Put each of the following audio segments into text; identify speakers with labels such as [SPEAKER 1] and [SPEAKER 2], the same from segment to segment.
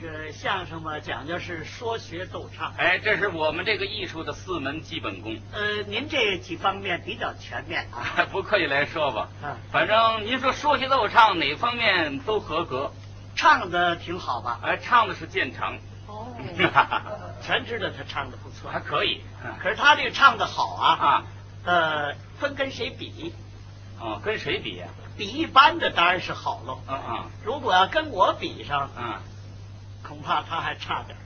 [SPEAKER 1] 个相声嘛，讲究是说学逗唱。
[SPEAKER 2] 哎，这是我们这个艺术的四门基本功。
[SPEAKER 1] 呃，您这几方面比较全面啊。
[SPEAKER 2] 不客气来说吧，
[SPEAKER 1] 嗯
[SPEAKER 2] 反正您说说起奏唱哪方面都合格，
[SPEAKER 1] 唱的挺好吧？
[SPEAKER 2] 哎，唱的是见长，
[SPEAKER 1] 啊 哦
[SPEAKER 2] 还
[SPEAKER 1] 全知道他唱的不错。
[SPEAKER 2] 可以。
[SPEAKER 1] 可是他这个唱的好啊，
[SPEAKER 2] 啊，
[SPEAKER 1] 呃，分跟谁比？
[SPEAKER 2] 哦，跟谁比呀、
[SPEAKER 1] 比一般的当然是好喽。
[SPEAKER 2] 啊？啊
[SPEAKER 1] 如果要跟我比上，
[SPEAKER 2] 啊啊
[SPEAKER 1] 恐怕他还差点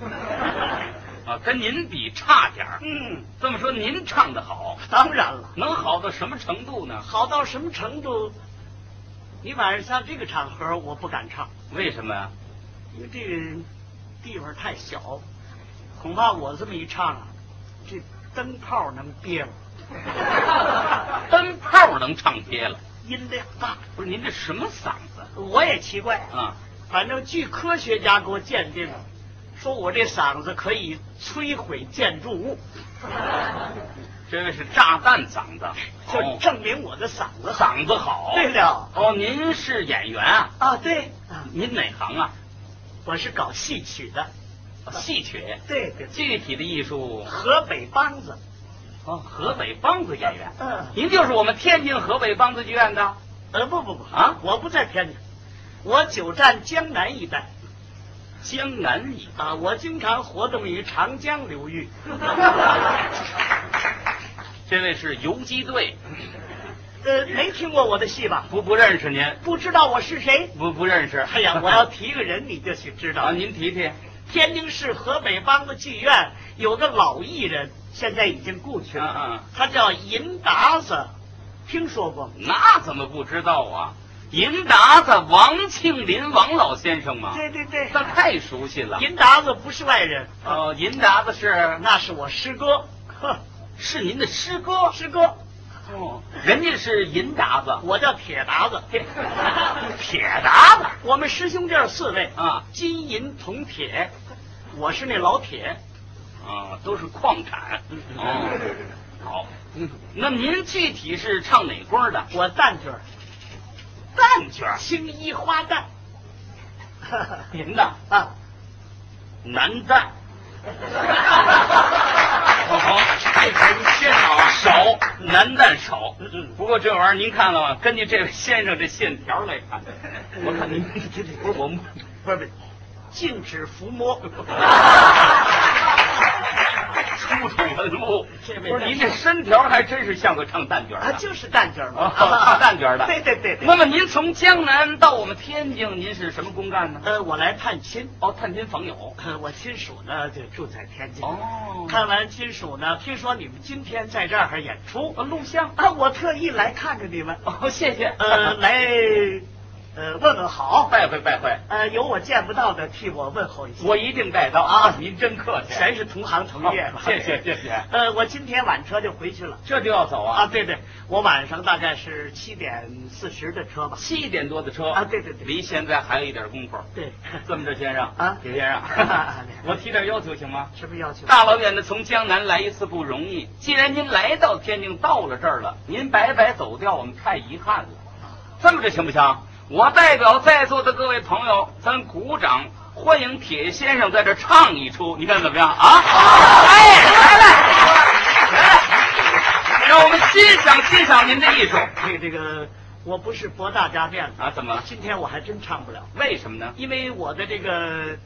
[SPEAKER 1] 儿。
[SPEAKER 2] 啊！跟您比差点 儿。
[SPEAKER 1] 嗯，
[SPEAKER 2] 这么说，您唱的好，
[SPEAKER 1] 当然了，
[SPEAKER 2] 能好到什么程度呢？
[SPEAKER 1] 好到什么程度？你晚上像这个场合，我不敢唱，
[SPEAKER 2] 为什么呀？
[SPEAKER 1] 因为这个地方太小，恐怕我这么一唱啊，这灯泡能憋了，
[SPEAKER 2] 灯泡能唱憋了？
[SPEAKER 1] 音量大。
[SPEAKER 2] 不是您这什么嗓子
[SPEAKER 1] 我也奇怪，
[SPEAKER 2] 啊？
[SPEAKER 1] 反正据科学家给我鉴定，啊说我这嗓子可以摧毁建筑物，
[SPEAKER 2] 这位是炸弹嗓子，
[SPEAKER 1] 就
[SPEAKER 2] 哦、
[SPEAKER 1] 证明我的嗓子好。
[SPEAKER 2] 嗓子好。
[SPEAKER 1] 对了，
[SPEAKER 2] 哦，您是演员啊？
[SPEAKER 1] 啊，对，啊
[SPEAKER 2] 您哪行啊？
[SPEAKER 1] 我是搞戏曲的，
[SPEAKER 2] 哦戏曲。
[SPEAKER 1] 对对，
[SPEAKER 2] 具体的艺术，
[SPEAKER 1] 河北梆子，
[SPEAKER 2] 哦，河北梆子演员。
[SPEAKER 1] 嗯
[SPEAKER 2] 您就是我们天津河北梆子剧院的。
[SPEAKER 1] 呃，不不不
[SPEAKER 2] 啊
[SPEAKER 1] 我不在天津，我久占江南一带
[SPEAKER 2] 江南一
[SPEAKER 1] 啊，我经常活动于长江流域。
[SPEAKER 2] 这位是游击队，
[SPEAKER 1] 呃，没听过我的戏吧？
[SPEAKER 2] 不不认识您，
[SPEAKER 1] 不知道我是谁？
[SPEAKER 2] 不不认识。
[SPEAKER 1] 哎呀，我要提个人，你就去知道
[SPEAKER 2] 啊，。您提提。
[SPEAKER 1] 天津市河北梆子剧院有个老艺人，现在已经故去了，
[SPEAKER 2] 嗯嗯
[SPEAKER 1] 他叫银达子，听说过吗？
[SPEAKER 2] 那怎么不知道啊？银达子王庆林王老先生吗？
[SPEAKER 1] 对对对，
[SPEAKER 2] 啊那太熟悉了。
[SPEAKER 1] 银达子不是外人，啊
[SPEAKER 2] 哦，银达子是
[SPEAKER 1] 那是我师哥，呵
[SPEAKER 2] 是您的师哥。
[SPEAKER 1] 师哥，
[SPEAKER 2] 哦，人家是银达 子，
[SPEAKER 1] 我叫铁达子，
[SPEAKER 2] 铁达子
[SPEAKER 1] 我们师兄弟儿四位，
[SPEAKER 2] 啊
[SPEAKER 1] 金银铜铁，我是那老铁，
[SPEAKER 2] 啊，都是矿产。
[SPEAKER 1] 嗯
[SPEAKER 2] 哦，好。那您具体是唱哪官的？
[SPEAKER 1] 我旦角儿
[SPEAKER 2] 旦角儿。
[SPEAKER 1] 青衣花旦，
[SPEAKER 2] 您呢？
[SPEAKER 1] 啊，
[SPEAKER 2] 男 旦。好，这还缺少啊，少男旦少。
[SPEAKER 1] 嗯嗯
[SPEAKER 2] 不过这玩意儿您看了吗？根据这位先生这线条来看，我看您这这不是我们
[SPEAKER 1] 不是不是，禁止抚摸。
[SPEAKER 2] 出土文物。
[SPEAKER 1] 这位
[SPEAKER 2] 不是您这身条还真是像个唱旦角
[SPEAKER 1] 啊，
[SPEAKER 2] 的。
[SPEAKER 1] 就是蛋卷儿嘛，
[SPEAKER 2] 啊， 旦角的。
[SPEAKER 1] 对对对对。
[SPEAKER 2] 那么您从江南到我们天津，您是什么公干呢？
[SPEAKER 1] 呃，我来探亲，
[SPEAKER 2] 哦，探亲访友。
[SPEAKER 1] 呃我亲属呢就住在天津。
[SPEAKER 2] 哦看
[SPEAKER 1] 看完亲属呢，听说你们今天在这儿演出
[SPEAKER 2] 啊录像。
[SPEAKER 1] 啊，我特意来看看你们，
[SPEAKER 2] 哦，谢谢。
[SPEAKER 1] 呃， 来，呃，问问好，
[SPEAKER 2] 拜会拜会。
[SPEAKER 1] 呃，有我见不到的替我问候一下。
[SPEAKER 2] 我一定带到
[SPEAKER 1] 啊
[SPEAKER 2] 您真客气，
[SPEAKER 1] 全是同行同业嘛
[SPEAKER 2] 好谢谢谢谢
[SPEAKER 1] 呃，我今天晚车就回去了。
[SPEAKER 2] 这就要走
[SPEAKER 1] 啊，
[SPEAKER 2] 啊？
[SPEAKER 1] 对对，我晚上大概是七点四十的车吧。
[SPEAKER 2] 七点多的车
[SPEAKER 1] 啊对对对
[SPEAKER 2] 离现在还有一点功夫。
[SPEAKER 1] 对，
[SPEAKER 2] 这么着，先生
[SPEAKER 1] 啊，
[SPEAKER 2] 铁先生 我提点要求行吗？
[SPEAKER 1] 什么要求？
[SPEAKER 2] 大老远的从江南来一次不容易，既然您来到天津，到了这儿了，您白白走掉，我们太遗憾了。这么着行不行？我代表在座的各位朋友，咱鼓掌欢迎铁先生在这唱一出，你看怎么样啊？哎，来来来来，哎让我们欣赏欣赏您的艺术
[SPEAKER 1] 这个这个，我不是博大家面子
[SPEAKER 2] 啊！怎么了？
[SPEAKER 1] 今天我还真唱不了，
[SPEAKER 2] 为什么呢？
[SPEAKER 1] 因为我的这个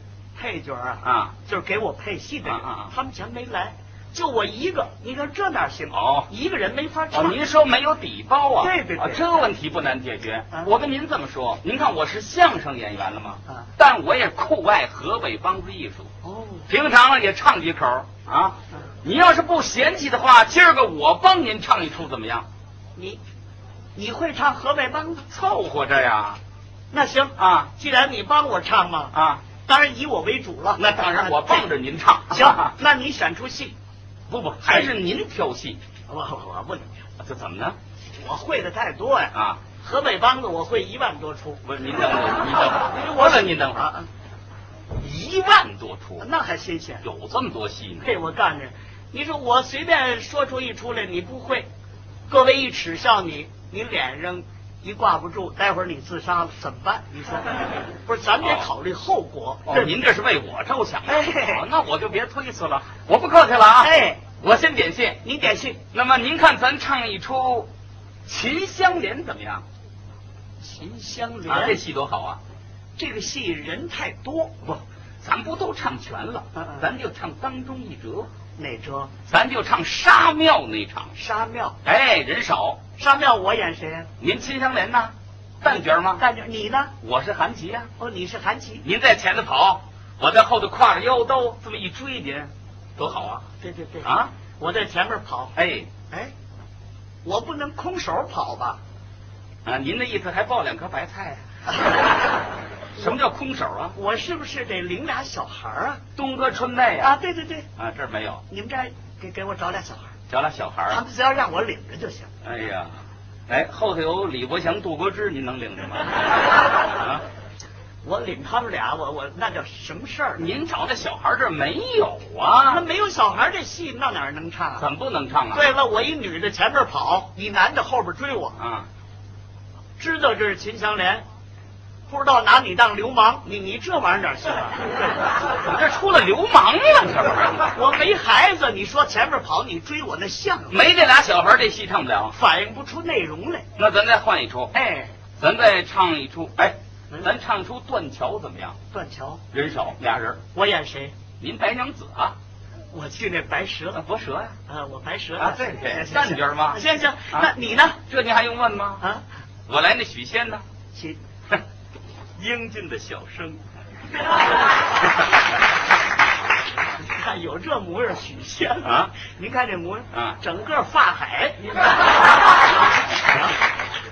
[SPEAKER 1] 配角啊，
[SPEAKER 2] 啊，
[SPEAKER 1] 就是给我配戏的人，
[SPEAKER 2] 啊啊啊
[SPEAKER 1] 他们全没来，就我一个。你说这哪行？
[SPEAKER 2] 哦
[SPEAKER 1] 一个人没法
[SPEAKER 2] 哦，
[SPEAKER 1] 唱。
[SPEAKER 2] 您说没有底包啊？
[SPEAKER 1] 啊对对对
[SPEAKER 2] 啊这个问题不难解决
[SPEAKER 1] 啊。
[SPEAKER 2] 我跟您这么说，您看我是相声演员了吗？
[SPEAKER 1] 啊
[SPEAKER 2] 但我也酷爱河北梆子艺术，
[SPEAKER 1] 哦，
[SPEAKER 2] 平常呢也唱几口啊
[SPEAKER 1] 嗯。
[SPEAKER 2] 您要是不嫌弃的话，今儿个我帮您唱一出怎么样？
[SPEAKER 1] 你你会唱河北梆子？
[SPEAKER 2] 凑合着呀，
[SPEAKER 1] 那行，
[SPEAKER 2] 啊
[SPEAKER 1] 既然你帮我唱嘛，
[SPEAKER 2] 啊，
[SPEAKER 1] 当然以我为主了。
[SPEAKER 2] 那当然我帮着您唱。
[SPEAKER 1] 啊行，那你选出戏，
[SPEAKER 2] 不不，还是您挑戏，
[SPEAKER 1] 我我不能，
[SPEAKER 2] 这怎么呢？
[SPEAKER 1] 我会的太多呀。
[SPEAKER 2] 啊，
[SPEAKER 1] 河北梆子我会一万多出，
[SPEAKER 2] 不是您等会儿，您等会儿，
[SPEAKER 1] 我
[SPEAKER 2] 我等您等会儿，
[SPEAKER 1] 啊，
[SPEAKER 2] 一万多出，
[SPEAKER 1] 那还新鲜。
[SPEAKER 2] 有这么多戏呢？
[SPEAKER 1] 嘿，我告诉你，你说我随便说出一出来，你不会，各位一耻笑你，你脸上一挂不住，待会儿你自杀了怎么办？你 说，不是，咱得考虑后果。
[SPEAKER 2] 哦，
[SPEAKER 1] 对不对
[SPEAKER 2] 您这是为我着想啊。
[SPEAKER 1] 哎
[SPEAKER 2] 好，那我就别推辞了，我不客气了啊。
[SPEAKER 1] 哎，
[SPEAKER 2] 我先点戏。
[SPEAKER 1] 您点戏，
[SPEAKER 2] 那么您看，咱唱一出《秦香莲》怎么样？
[SPEAKER 1] 秦香莲、
[SPEAKER 2] 啊，这戏多好啊！
[SPEAKER 1] 这个戏人太多，
[SPEAKER 2] 不，咱不都唱全了
[SPEAKER 1] 嗯嗯，
[SPEAKER 2] 咱就唱当中一折，
[SPEAKER 1] 哪折？
[SPEAKER 2] 咱就唱沙庙那场。
[SPEAKER 1] 沙庙，
[SPEAKER 2] 哎，人少，
[SPEAKER 1] 沙庙我演谁呀？
[SPEAKER 2] 您秦香莲呢？旦角吗？
[SPEAKER 1] 感觉你呢？
[SPEAKER 2] 我是韩琦呀、
[SPEAKER 1] 哦，你是韩琦。
[SPEAKER 2] 您在前头跑，我在后头挎着腰刀，这么一追您，多好啊！
[SPEAKER 1] 对对对
[SPEAKER 2] 啊，
[SPEAKER 1] 我在前面跑，
[SPEAKER 2] 哎，
[SPEAKER 1] 哎，我不能空手跑吧？
[SPEAKER 2] 啊，您的意思还抱两颗白菜 啊？什么叫空手啊？
[SPEAKER 1] 我是不是得领俩小孩儿啊？
[SPEAKER 2] 东哥春妹
[SPEAKER 1] 啊，
[SPEAKER 2] 呀、
[SPEAKER 1] 对对对，
[SPEAKER 2] 啊？这儿没有，
[SPEAKER 1] 你们这儿给给我找俩小孩儿，
[SPEAKER 2] 找俩小孩
[SPEAKER 1] 他
[SPEAKER 2] 儿。
[SPEAKER 1] 们只要让我领着就行。
[SPEAKER 2] 哎呀，哎，后头有李伯祥、杜国之，您能领着 吗？啊，
[SPEAKER 1] 我领他们俩，我我那叫什么事儿呢？
[SPEAKER 2] 您找的小孩儿这儿没有
[SPEAKER 1] 那
[SPEAKER 2] 啊？
[SPEAKER 1] 没有小孩儿这戏，那哪儿能唱啊？
[SPEAKER 2] 怎不能唱啊？
[SPEAKER 1] 对了，嗯我一女的前面跑，一男的后边追我，
[SPEAKER 2] 啊，
[SPEAKER 1] 知道这是秦香莲，不知道拿你当流氓，你你这玩意儿哪儿行
[SPEAKER 2] 怎么
[SPEAKER 1] 啊？
[SPEAKER 2] 这出了流氓了？这玩意儿，
[SPEAKER 1] 我没孩子，你说前面跑，你追我那像吗？
[SPEAKER 2] 没这俩小孩儿，这戏唱不了。
[SPEAKER 1] 反映不出内容来。
[SPEAKER 2] 那咱再换一出，
[SPEAKER 1] 哎，
[SPEAKER 2] 咱再唱一出，哎
[SPEAKER 1] 嗯，
[SPEAKER 2] 咱唱出断桥怎么样？
[SPEAKER 1] 断桥，
[SPEAKER 2] 人少俩人儿，
[SPEAKER 1] 我演谁？
[SPEAKER 2] 您白娘子啊，
[SPEAKER 1] 我去那白蛇，
[SPEAKER 2] 佛蛇呀、
[SPEAKER 1] 啊，我白蛇哎
[SPEAKER 2] 啊对对站角嘛
[SPEAKER 1] 行行，
[SPEAKER 2] 啊
[SPEAKER 1] 那你呢？
[SPEAKER 2] 这您还用问吗？
[SPEAKER 1] 啊，
[SPEAKER 2] 我来那许仙呢，
[SPEAKER 1] 秦，
[SPEAKER 2] 哼英俊的小 生，
[SPEAKER 1] 你 看有这模样，许仙
[SPEAKER 2] 啊，
[SPEAKER 1] 您看这模样
[SPEAKER 2] 啊
[SPEAKER 1] 整个发海， 您看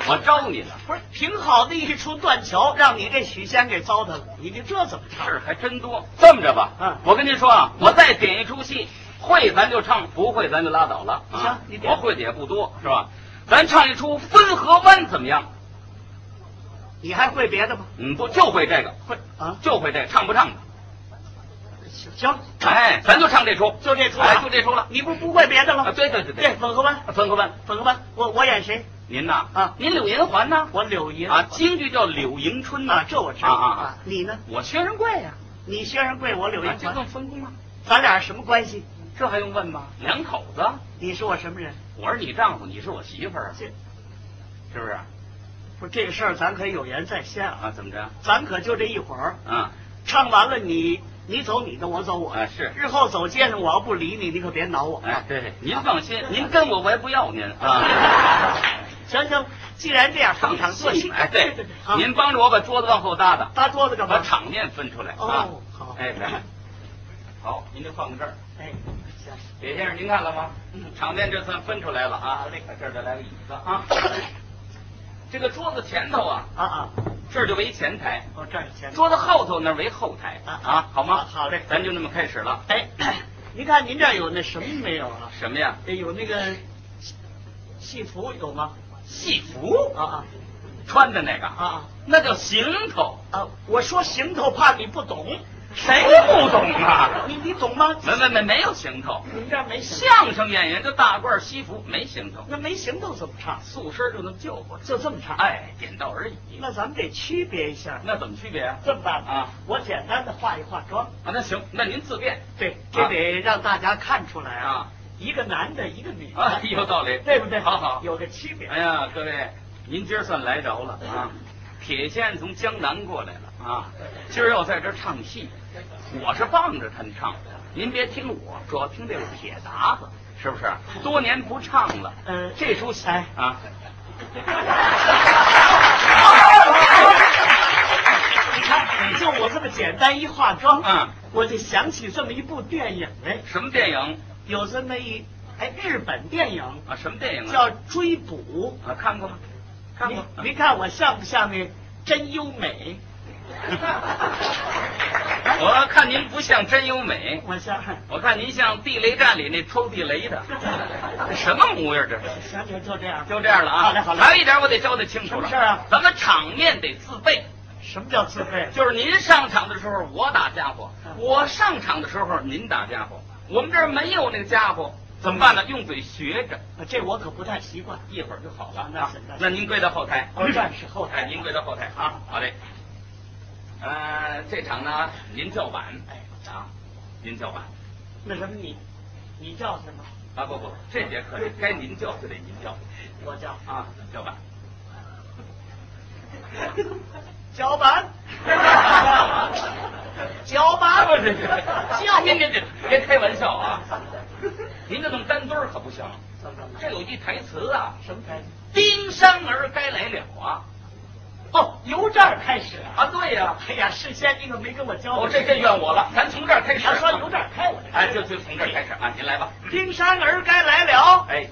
[SPEAKER 2] 我招你了，
[SPEAKER 1] 不是挺好的一出断桥，让你这许仙给糟蹋了，你这这怎么
[SPEAKER 2] 事
[SPEAKER 1] 唱？
[SPEAKER 2] 儿还真多。这么着吧，
[SPEAKER 1] 嗯
[SPEAKER 2] 我跟您说啊，我再点一出戏，会咱就唱，不会咱就拉倒了。啊
[SPEAKER 1] 行你点
[SPEAKER 2] 我会的也不多，是吧？咱唱一出《汾河湾》怎么样？
[SPEAKER 1] 你还会别的吗？
[SPEAKER 2] 嗯，不就会这个，
[SPEAKER 1] 会啊，
[SPEAKER 2] 就会这个，唱不唱的？
[SPEAKER 1] 行行，
[SPEAKER 2] 哎，咱就唱这出，
[SPEAKER 1] 就这出了
[SPEAKER 2] 哎，就这出了。
[SPEAKER 1] 你不不会别的
[SPEAKER 2] 啊，
[SPEAKER 1] 了？
[SPEAKER 2] 对对对啊
[SPEAKER 1] 对，粉河湾，
[SPEAKER 2] 分个问，
[SPEAKER 1] 粉河湾，我我演谁？
[SPEAKER 2] 您呐
[SPEAKER 1] 啊
[SPEAKER 2] 您柳银环呢？
[SPEAKER 1] 我柳银
[SPEAKER 2] 啊，京剧叫柳迎春
[SPEAKER 1] 啊
[SPEAKER 2] 呐，，
[SPEAKER 1] 这我知道
[SPEAKER 2] 啊啊啊！
[SPEAKER 1] 你呢？
[SPEAKER 2] 我薛仁贵呀，
[SPEAKER 1] 你薛仁贵，我柳
[SPEAKER 2] 啊
[SPEAKER 1] 银
[SPEAKER 2] 这
[SPEAKER 1] 环，
[SPEAKER 2] 更分工了，
[SPEAKER 1] 咱俩什么关系？
[SPEAKER 2] 这还用问吗？两口子，
[SPEAKER 1] 你是我什么人？
[SPEAKER 2] 我是你丈夫，你是我媳妇儿啊，
[SPEAKER 1] 这
[SPEAKER 2] 是不是？
[SPEAKER 1] 不是这个事儿，咱可有缘在先啊，
[SPEAKER 2] 啊，怎么着？
[SPEAKER 1] 咱可就这一会儿，
[SPEAKER 2] 啊，
[SPEAKER 1] 唱完了你你走你的，我走我的。
[SPEAKER 2] 啊是
[SPEAKER 1] 日后走街上，我要不理你，你可别挠我。啊
[SPEAKER 2] 哎，对，您放心，您跟我我也不要您啊。
[SPEAKER 1] 行行，既然这 样，逢场作戏。
[SPEAKER 2] 哎，对，
[SPEAKER 1] 啊
[SPEAKER 2] 您帮着我把桌子往后搭搭，
[SPEAKER 1] 搭桌子干
[SPEAKER 2] 把
[SPEAKER 1] 嘛？
[SPEAKER 2] 场面分出来啊
[SPEAKER 1] 哦。好
[SPEAKER 2] 哎，来好，您就放在这儿。
[SPEAKER 1] 哎，行，
[SPEAKER 2] 李先生，您看了吗
[SPEAKER 1] 嗯？
[SPEAKER 2] 场面这算分出来了啊！那个这儿再来个椅子啊，这个桌子前头啊，
[SPEAKER 1] 啊啊，
[SPEAKER 2] 这儿就为前台，
[SPEAKER 1] 我这儿有钱。
[SPEAKER 2] 桌子后头那儿为后台
[SPEAKER 1] 啊
[SPEAKER 2] 啊，好吗？
[SPEAKER 1] 好嘞
[SPEAKER 2] 咱就那么开始了。
[SPEAKER 1] 哎， 您看您这儿有那什么没有啊？
[SPEAKER 2] 什么呀？
[SPEAKER 1] 哎，有那个戏戏服有吗？
[SPEAKER 2] 戏服
[SPEAKER 1] 啊啊
[SPEAKER 2] 穿的那个
[SPEAKER 1] 啊，啊
[SPEAKER 2] 那叫行头，
[SPEAKER 1] 啊！我说行头，怕你不懂。
[SPEAKER 2] 谁不懂啊？
[SPEAKER 1] 你你懂吗？
[SPEAKER 2] 没没没，没有行头。
[SPEAKER 1] 你们这儿没行，
[SPEAKER 2] 相声演员就大褂西服，没行头，
[SPEAKER 1] 那没行头怎么唱？
[SPEAKER 2] 素身就能救活。
[SPEAKER 1] 就这么唱。，
[SPEAKER 2] 哎，点到而已。
[SPEAKER 1] 那咱们得区别一下。
[SPEAKER 2] 那怎么区别啊？
[SPEAKER 1] 这么办吧
[SPEAKER 2] 啊
[SPEAKER 1] 我简单的化一化妆。
[SPEAKER 2] 啊，那行，那您自便。
[SPEAKER 1] 对，这得让大家看出来啊
[SPEAKER 2] 啊，
[SPEAKER 1] 一个男的，一个女
[SPEAKER 2] 啊
[SPEAKER 1] 的，，
[SPEAKER 2] 有道理，
[SPEAKER 1] 对不对？
[SPEAKER 2] 好好。
[SPEAKER 1] 有个区别。
[SPEAKER 2] 哎呀，各位，您今儿算来着了啊！铁线从江南过来了啊，今儿要在这儿唱戏，我是傍着他们唱的。您别听我，主要听这个铁达子，是不是？多年不唱了
[SPEAKER 1] 嗯，
[SPEAKER 2] 这出戏
[SPEAKER 1] 哎
[SPEAKER 2] 啊，
[SPEAKER 1] 你看，你就我这么简单一化妆，
[SPEAKER 2] 嗯，
[SPEAKER 1] 我就想起这么一部电影来，
[SPEAKER 2] 什么电影
[SPEAKER 1] 有这么一哎日本电影
[SPEAKER 2] 啊？什么电影啊？
[SPEAKER 1] 叫《追捕
[SPEAKER 2] 啊，看过吗？》，看过。
[SPEAKER 1] 您您看我像不像那真优 美？
[SPEAKER 2] 啊
[SPEAKER 1] 哎
[SPEAKER 2] 我看您不像真优美，
[SPEAKER 1] 我像。
[SPEAKER 2] 我看您像地雷战里那抽地 雷的，什么模样这是？
[SPEAKER 1] 行行，就这样，
[SPEAKER 2] 就这样了啊！
[SPEAKER 1] 好嘞，好嘞。
[SPEAKER 2] 还有一点我得交代清楚
[SPEAKER 1] 什
[SPEAKER 2] 了。
[SPEAKER 1] 么事儿啊
[SPEAKER 2] 咱们场面得自备，
[SPEAKER 1] 什么叫自费？
[SPEAKER 2] 就是您上场的时候我打家伙
[SPEAKER 1] 嗯，
[SPEAKER 2] 我上场的时候您打家伙。我们这儿没有那个家伙，怎么办呢？用嘴学着，
[SPEAKER 1] 啊这我可不太习惯。
[SPEAKER 2] 一会儿就好了
[SPEAKER 1] 啊那
[SPEAKER 2] 啊
[SPEAKER 1] 是那。是
[SPEAKER 2] 那您跪到后台，
[SPEAKER 1] 哦那是后台
[SPEAKER 2] 哎您跪到后台啊，好嘞。呃，这场呢，您叫板，
[SPEAKER 1] 哎
[SPEAKER 2] 啊，您叫板。
[SPEAKER 1] 那什么你，你叫什么？
[SPEAKER 2] 啊不不，这节课该您叫就得您叫
[SPEAKER 1] 我叫
[SPEAKER 2] 啊，叫 板。
[SPEAKER 1] 脚 板，脚板，
[SPEAKER 2] 啊不是，
[SPEAKER 1] 叫
[SPEAKER 2] 您您您别开玩笑啊！您这弄单堆儿可不行，
[SPEAKER 1] 怎么了
[SPEAKER 2] 这有句台词啊，
[SPEAKER 1] 什么开始？
[SPEAKER 2] 丁山儿该来了啊！
[SPEAKER 1] 哦，由这儿开始啊！
[SPEAKER 2] 啊，对呀、
[SPEAKER 1] 哎呀，事先你可没跟我交代。
[SPEAKER 2] 哦，这这怨我了，咱从这儿开始。
[SPEAKER 1] 他说由这儿开，我就
[SPEAKER 2] 哎，就就从这儿开始啊，您来吧。
[SPEAKER 1] 丁山儿该来了，
[SPEAKER 2] 哎，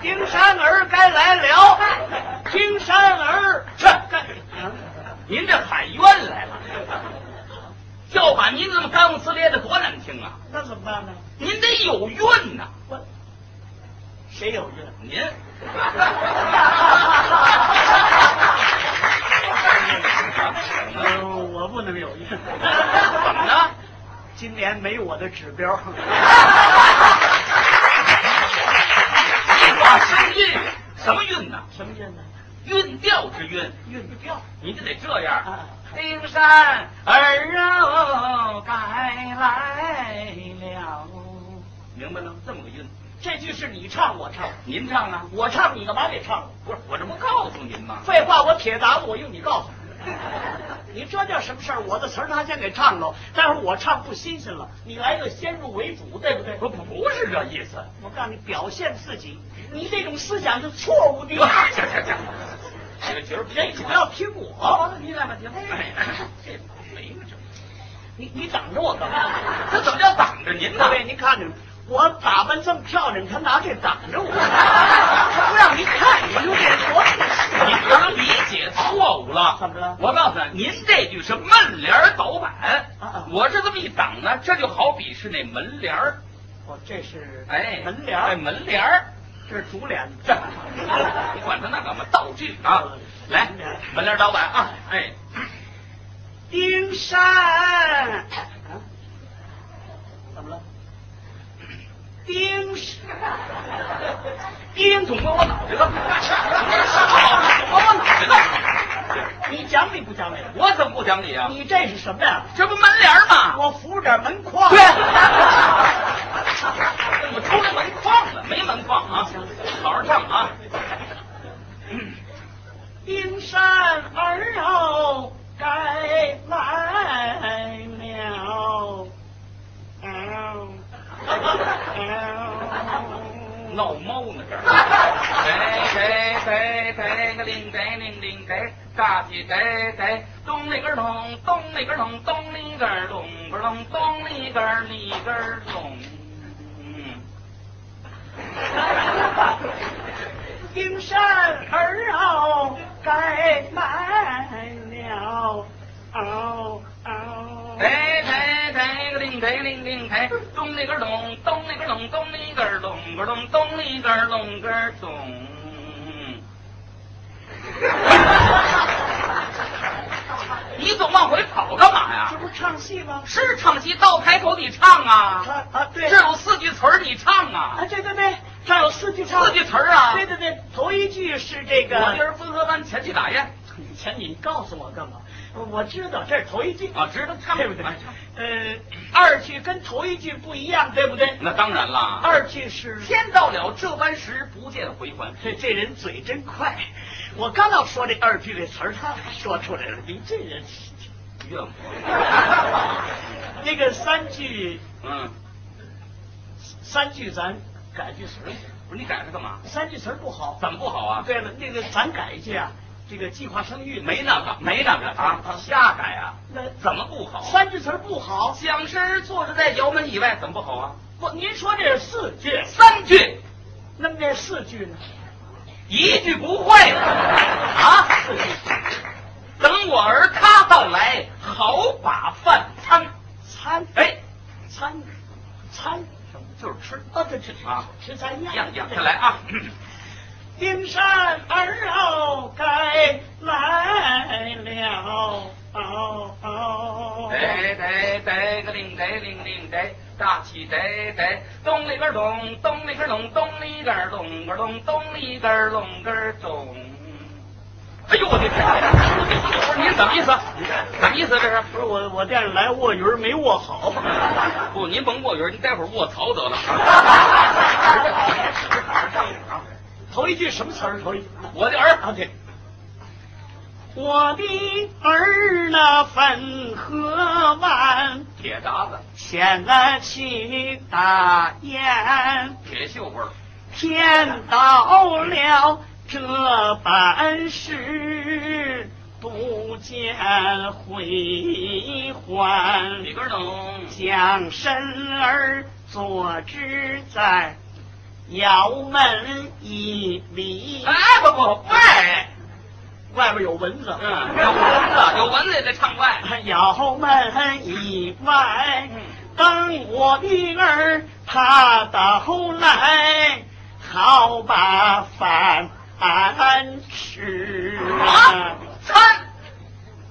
[SPEAKER 1] 丁山儿该来了，丁山儿
[SPEAKER 2] 这
[SPEAKER 1] 该。
[SPEAKER 2] 您这喊冤来了，叫板您这么干不呲咧的多难听啊！
[SPEAKER 1] 那怎么办呢？
[SPEAKER 2] 您得有怨呐、
[SPEAKER 1] 我谁有 孕？
[SPEAKER 2] 您。
[SPEAKER 1] 呃，我不能有孕。
[SPEAKER 2] 怎么了？
[SPEAKER 1] 今年没我的指标。
[SPEAKER 2] 我是运，什么运呢？
[SPEAKER 1] 什么孕呢？
[SPEAKER 2] 运调之运，
[SPEAKER 1] 孕不掉。
[SPEAKER 2] 你就得这样
[SPEAKER 1] 啊。
[SPEAKER 2] 丁山儿啊，该
[SPEAKER 1] 哎
[SPEAKER 2] 来了，明白了？这么个运，
[SPEAKER 1] 这句是你唱我唱，
[SPEAKER 2] 您唱啊？
[SPEAKER 1] 我唱你干嘛得唱
[SPEAKER 2] 不是，我这不告诉您吗
[SPEAKER 1] 我？？废话，我铁打的，我用你告诉你。你这叫什么事儿？我的词儿他先给唱喽，待会儿我唱不新鲜了，你来个先入为主，对不对？
[SPEAKER 2] 不不不是这意思。
[SPEAKER 1] 我告诉你，表现自己，你这种思想是错误的。
[SPEAKER 2] 行行行，这个角儿
[SPEAKER 1] 人主要听我，
[SPEAKER 2] 你俩吧，行。哎，这没了这。
[SPEAKER 1] 你你挡着我干嘛？
[SPEAKER 2] 这怎么叫挡着您呢？
[SPEAKER 1] 各位，您看着我打扮这么漂亮，他拿这挡着我，不让您看，你说这多
[SPEAKER 2] 您刚理解错误了。
[SPEAKER 1] 怎么了
[SPEAKER 2] 我告诉你，您这句是门帘儿倒板
[SPEAKER 1] 啊啊，
[SPEAKER 2] 我这这么一挡呢，这就好比是那门帘儿，
[SPEAKER 1] 我哦这是
[SPEAKER 2] 哎，
[SPEAKER 1] 门帘
[SPEAKER 2] 哎，
[SPEAKER 1] 儿，
[SPEAKER 2] 门帘儿。
[SPEAKER 1] 这是竹帘子
[SPEAKER 2] 这，你管他那干嘛？道具啊！来
[SPEAKER 1] 门帘儿，
[SPEAKER 2] 门帘儿倒板啊！哎，
[SPEAKER 1] 丁山，啊怎么了？丁山，
[SPEAKER 2] 丁总管我脑袋了，我我脑袋了，
[SPEAKER 1] 你讲理不讲理？
[SPEAKER 2] 我怎么不讲理啊？
[SPEAKER 1] 你这是什么呀？
[SPEAKER 2] 这不门帘儿吗？
[SPEAKER 1] 我扶着门框。
[SPEAKER 2] 对， 怎么出来门框了？没门框啊！好好唱啊！
[SPEAKER 1] 丁山儿哦，该来了。
[SPEAKER 2] 闹 猫呢这儿，逮逮逮逮个铃逮铃铃逮，嘎起逮逮，咚里个咚，咚里个咚，咚里个咚个咚，咚里个里个咚。嗯，
[SPEAKER 1] 丁山儿哦，该来了。哦哦，
[SPEAKER 2] 逮逮逮个铃逮铃铃逮，咚里个咚，咚里个咚，咚里个咚个咚，咚里个咚个咚。 你总往回跑干嘛呀
[SPEAKER 1] 这？不唱戏吗？
[SPEAKER 2] 是唱戏到开口你唱啊，
[SPEAKER 1] 啊啊，对，
[SPEAKER 2] 这有四句词儿你唱
[SPEAKER 1] 啊，
[SPEAKER 2] 啊，
[SPEAKER 1] 对对对，这儿有四句唱，
[SPEAKER 2] 四句词儿啊。
[SPEAKER 1] 对对对，头一句是这个。
[SPEAKER 2] 我今儿分科班前去打雁
[SPEAKER 1] 以前你告诉我干嘛？我知道这是头一句，
[SPEAKER 2] 啊，知道唱
[SPEAKER 1] 对不对
[SPEAKER 2] 哎？
[SPEAKER 1] 呃，二句跟头一句不一样，对不对？
[SPEAKER 2] 那当然啦，
[SPEAKER 1] 二句是
[SPEAKER 2] 天到了这般时，不见回还。
[SPEAKER 1] 这这人嘴真快，我刚要说这二句这词儿，他说出来了。你这人 是，
[SPEAKER 2] 怨 我。
[SPEAKER 1] 那个三句
[SPEAKER 2] 嗯，
[SPEAKER 1] 三句咱改句词儿，
[SPEAKER 2] 不是你改它干嘛？
[SPEAKER 1] 三句词儿不好。
[SPEAKER 2] 怎么不好啊？
[SPEAKER 1] 对了，那个咱改一句啊，这个计划生育
[SPEAKER 2] 没那个，没那个啊，瞎改啊？
[SPEAKER 1] 那
[SPEAKER 2] 怎么不好？
[SPEAKER 1] 三句词儿不好。
[SPEAKER 2] 蒋诗儿坐着在窑门以外，怎么不好啊？
[SPEAKER 1] 不，您说这是四句，
[SPEAKER 2] 三句，
[SPEAKER 1] 那么这四句呢？
[SPEAKER 2] 一句不会啊！等我儿他到来，好把饭餐。
[SPEAKER 1] 参
[SPEAKER 2] 哎，
[SPEAKER 1] 参参什么？
[SPEAKER 2] 就是吃，
[SPEAKER 1] 啊，对对对
[SPEAKER 2] 啊
[SPEAKER 1] 吃参样
[SPEAKER 2] 样样再来。啊！
[SPEAKER 1] 丁山儿哦，该来了。哦哦，
[SPEAKER 2] 哎得得得个铃得铃铃得，大气得得，咚里个咚，咚里个咚，咚里个咚个咚，咚里个咚个咚。哎呦我的天！我说您怎么意思？怎么意思这是？
[SPEAKER 1] 不是我，我惦着来卧云儿没卧好。
[SPEAKER 2] 不，您甭卧云儿，您待会儿卧槽得了。
[SPEAKER 1] 头一句什么词儿？头一句
[SPEAKER 2] 我的儿，
[SPEAKER 1] 啊，对。我的儿那汾河湾，
[SPEAKER 2] 铁渣子，
[SPEAKER 1] 掀了起大雁，
[SPEAKER 2] 铁锈味儿，
[SPEAKER 1] 天到了这般事，不见回还。
[SPEAKER 2] 里个咚。
[SPEAKER 1] 将身儿坐之在窑门以里。
[SPEAKER 2] 哎，不不，喂，
[SPEAKER 1] 外边有蚊子
[SPEAKER 2] 嗯，有蚊 子，有蚊子也得唱外。
[SPEAKER 1] 窑门以外
[SPEAKER 2] 嗯，
[SPEAKER 1] 等我的儿他到来，好把饭吃
[SPEAKER 2] 啊，餐，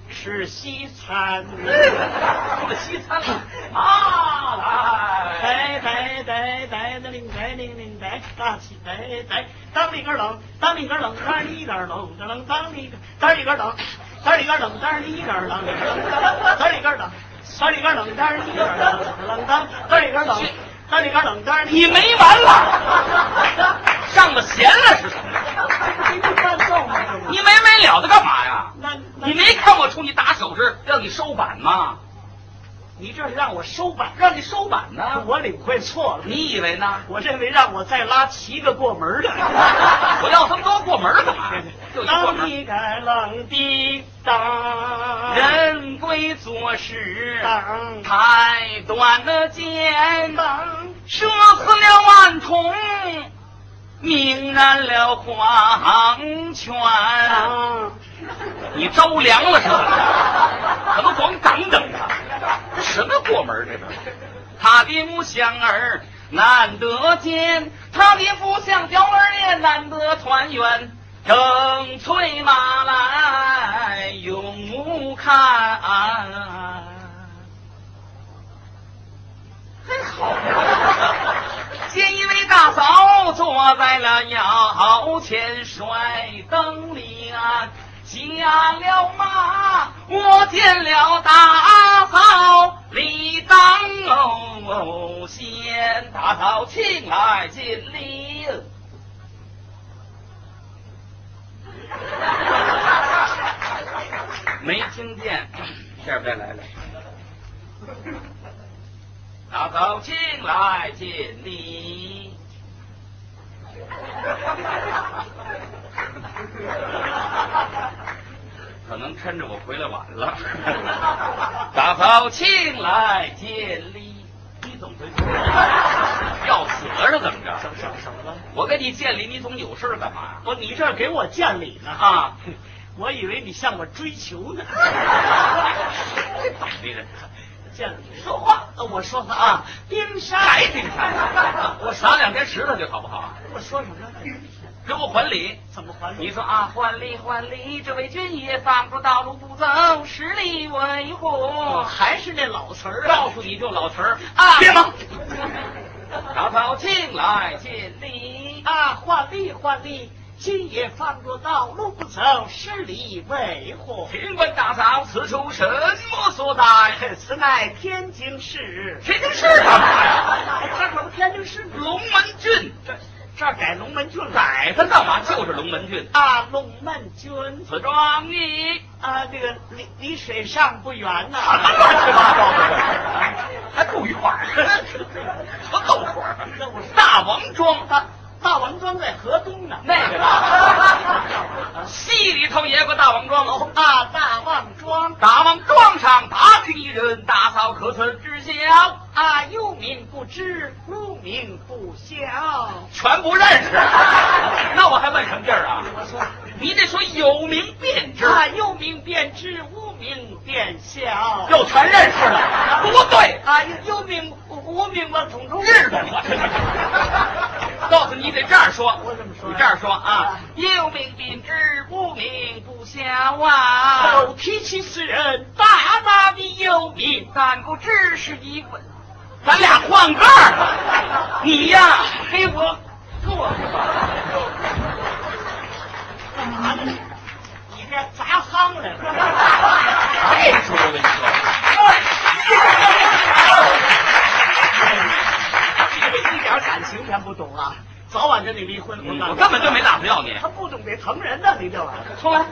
[SPEAKER 1] 吃西餐。
[SPEAKER 2] 我们西餐了啊，
[SPEAKER 1] 呆
[SPEAKER 2] 哎，
[SPEAKER 1] 呆呆呆的铃呆铃铃呆，大起呆呆，当里个冷，当里个冷，当里个冷，当冷当里个，当里个冷，当里个冷，当里个冷，当里个冷，当里个冷，当里个冷，当里个冷，冷当，当里个冷，当里个冷，当里
[SPEAKER 2] 你没完了，上了弦了是什么？
[SPEAKER 1] 你这伴奏吗？
[SPEAKER 2] 你没完了的干嘛呀？
[SPEAKER 1] 那
[SPEAKER 2] 你没看我冲你打手势，让你收板吗？
[SPEAKER 1] 你这是让我收板，
[SPEAKER 2] 让你收板呢？
[SPEAKER 1] 我领会错了，
[SPEAKER 2] 你以为呢？
[SPEAKER 1] 我认为让我再拉七个过门的。
[SPEAKER 2] 我要这么多过门儿干嘛？就一过
[SPEAKER 1] 当
[SPEAKER 2] 门儿。
[SPEAKER 1] 你个冷的当
[SPEAKER 2] 人归左时，
[SPEAKER 1] 当
[SPEAKER 2] 太短了剑。
[SPEAKER 1] 当
[SPEAKER 2] 射死了万童，泯然了黄泉。啊
[SPEAKER 1] 当，
[SPEAKER 2] 你着凉了是吧？怎么光等等啊？这什么过门儿这是？他的母相儿难得见，他的父相雕儿也难得团圆。正催马来永无看，啊嘿哎好呀！见一位大嫂坐在了窑前甩灯里啊，下了马，我见了大嫂李当偶先，大嫂请来进礼。没听见，下边再来来。大嫂请来见你。可能趁着我回来晚了，大嫂请来见礼。你怎么 回事？要死了是怎么着？
[SPEAKER 1] 怎么怎么了？
[SPEAKER 2] 我给你见礼，你总有事儿干嘛
[SPEAKER 1] 我你这儿给我见礼呢
[SPEAKER 2] 呀？！啊，
[SPEAKER 1] 我以为你向我追求 呢。
[SPEAKER 2] 这倒霉人，
[SPEAKER 1] 见礼，说话，我说话啊，冰山，
[SPEAKER 2] 来你看， 我赏两天石头去好不好？
[SPEAKER 1] 我说什么了？
[SPEAKER 2] 给我还礼。
[SPEAKER 1] 怎么还
[SPEAKER 2] 你说啊，还礼还礼，这位军爷放出道路不走，十里为
[SPEAKER 1] 我
[SPEAKER 2] 户。
[SPEAKER 1] 哦还是那老词儿啊
[SPEAKER 2] 告！诉你就老词儿
[SPEAKER 1] 啊
[SPEAKER 2] 别 忙。打扫进来见礼，
[SPEAKER 1] 啊，换力换力，今夜放过道路不走，十里为祸。
[SPEAKER 2] 请问大嫂此处什么所在？
[SPEAKER 1] 此乃天津市，
[SPEAKER 2] 天津市干嘛呀？
[SPEAKER 1] 这可不天津市吗？
[SPEAKER 2] 啊龙门郡，
[SPEAKER 1] 这这儿改龙门郡了
[SPEAKER 2] 改它干嘛？就是龙门郡。
[SPEAKER 1] 啊，龙门郡
[SPEAKER 2] 此庄你
[SPEAKER 1] 啊，这个离离水上不 远呐、
[SPEAKER 2] 还不远呢，什么逗会
[SPEAKER 1] 那我是
[SPEAKER 2] 大王庄，
[SPEAKER 1] 大大王庄在河东呢，
[SPEAKER 2] 那个吧戏里头也有个大王庄哦。
[SPEAKER 1] 啊，大王庄
[SPEAKER 2] 大王庄上打听一人，大嫂可曾知晓？
[SPEAKER 1] 啊，幽冥不知，无名不晓。
[SPEAKER 2] 全不认识， 那我还问什么劲儿啊？
[SPEAKER 1] 我说
[SPEAKER 2] 你得说有名便知，
[SPEAKER 1] 啊，幽冥便知，无名便晓。
[SPEAKER 2] 又全认识了，多对。
[SPEAKER 1] 啊，幽幽冥无名我总中
[SPEAKER 2] 日本我 告诉你，得这样说。
[SPEAKER 1] 我怎么说呀
[SPEAKER 2] 你这样说啊
[SPEAKER 1] 啊？
[SPEAKER 2] 有名便知，无名不晓啊
[SPEAKER 1] 手。提起此人，大大的幽冥。
[SPEAKER 2] 但不知是一问，咱俩换盖儿。你 呀，黑我，坐着吧。
[SPEAKER 1] 干嘛呢？你这砸夯来
[SPEAKER 2] 哎
[SPEAKER 1] 了！
[SPEAKER 2] 太 说哎了，你
[SPEAKER 1] 这 个一点感情全不懂啊！早晚跟你离婚，
[SPEAKER 2] 嗯
[SPEAKER 1] 告诉你
[SPEAKER 2] 我根本就没打算要你
[SPEAKER 1] 他不懂得疼人呐，你这玩意儿。
[SPEAKER 2] 出来。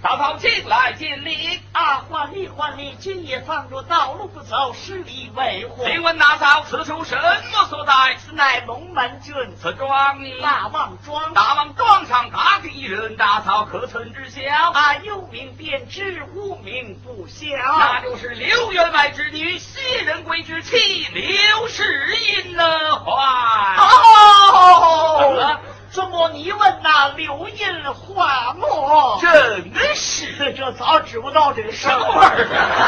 [SPEAKER 2] 早早进来，尽力。
[SPEAKER 1] 啊，换力换力，今夜放逐，道路不走，十里为祸。
[SPEAKER 2] 请问大嫂，此处什么所在？
[SPEAKER 1] 此乃龙门郡
[SPEAKER 2] 此庄呢？
[SPEAKER 1] 大望庄
[SPEAKER 2] 大王庄上打的人，大嫂可曾知晓？
[SPEAKER 1] 啊，又名便知，无名不详。
[SPEAKER 2] 那就是刘员外之女谢仁贵之妻刘氏音呢？怀怎么
[SPEAKER 1] 哦
[SPEAKER 2] 了，
[SPEAKER 1] 这么你问呐，柳印画墨，
[SPEAKER 2] 真是
[SPEAKER 1] 这这早知不道这事
[SPEAKER 2] 什么味儿啊？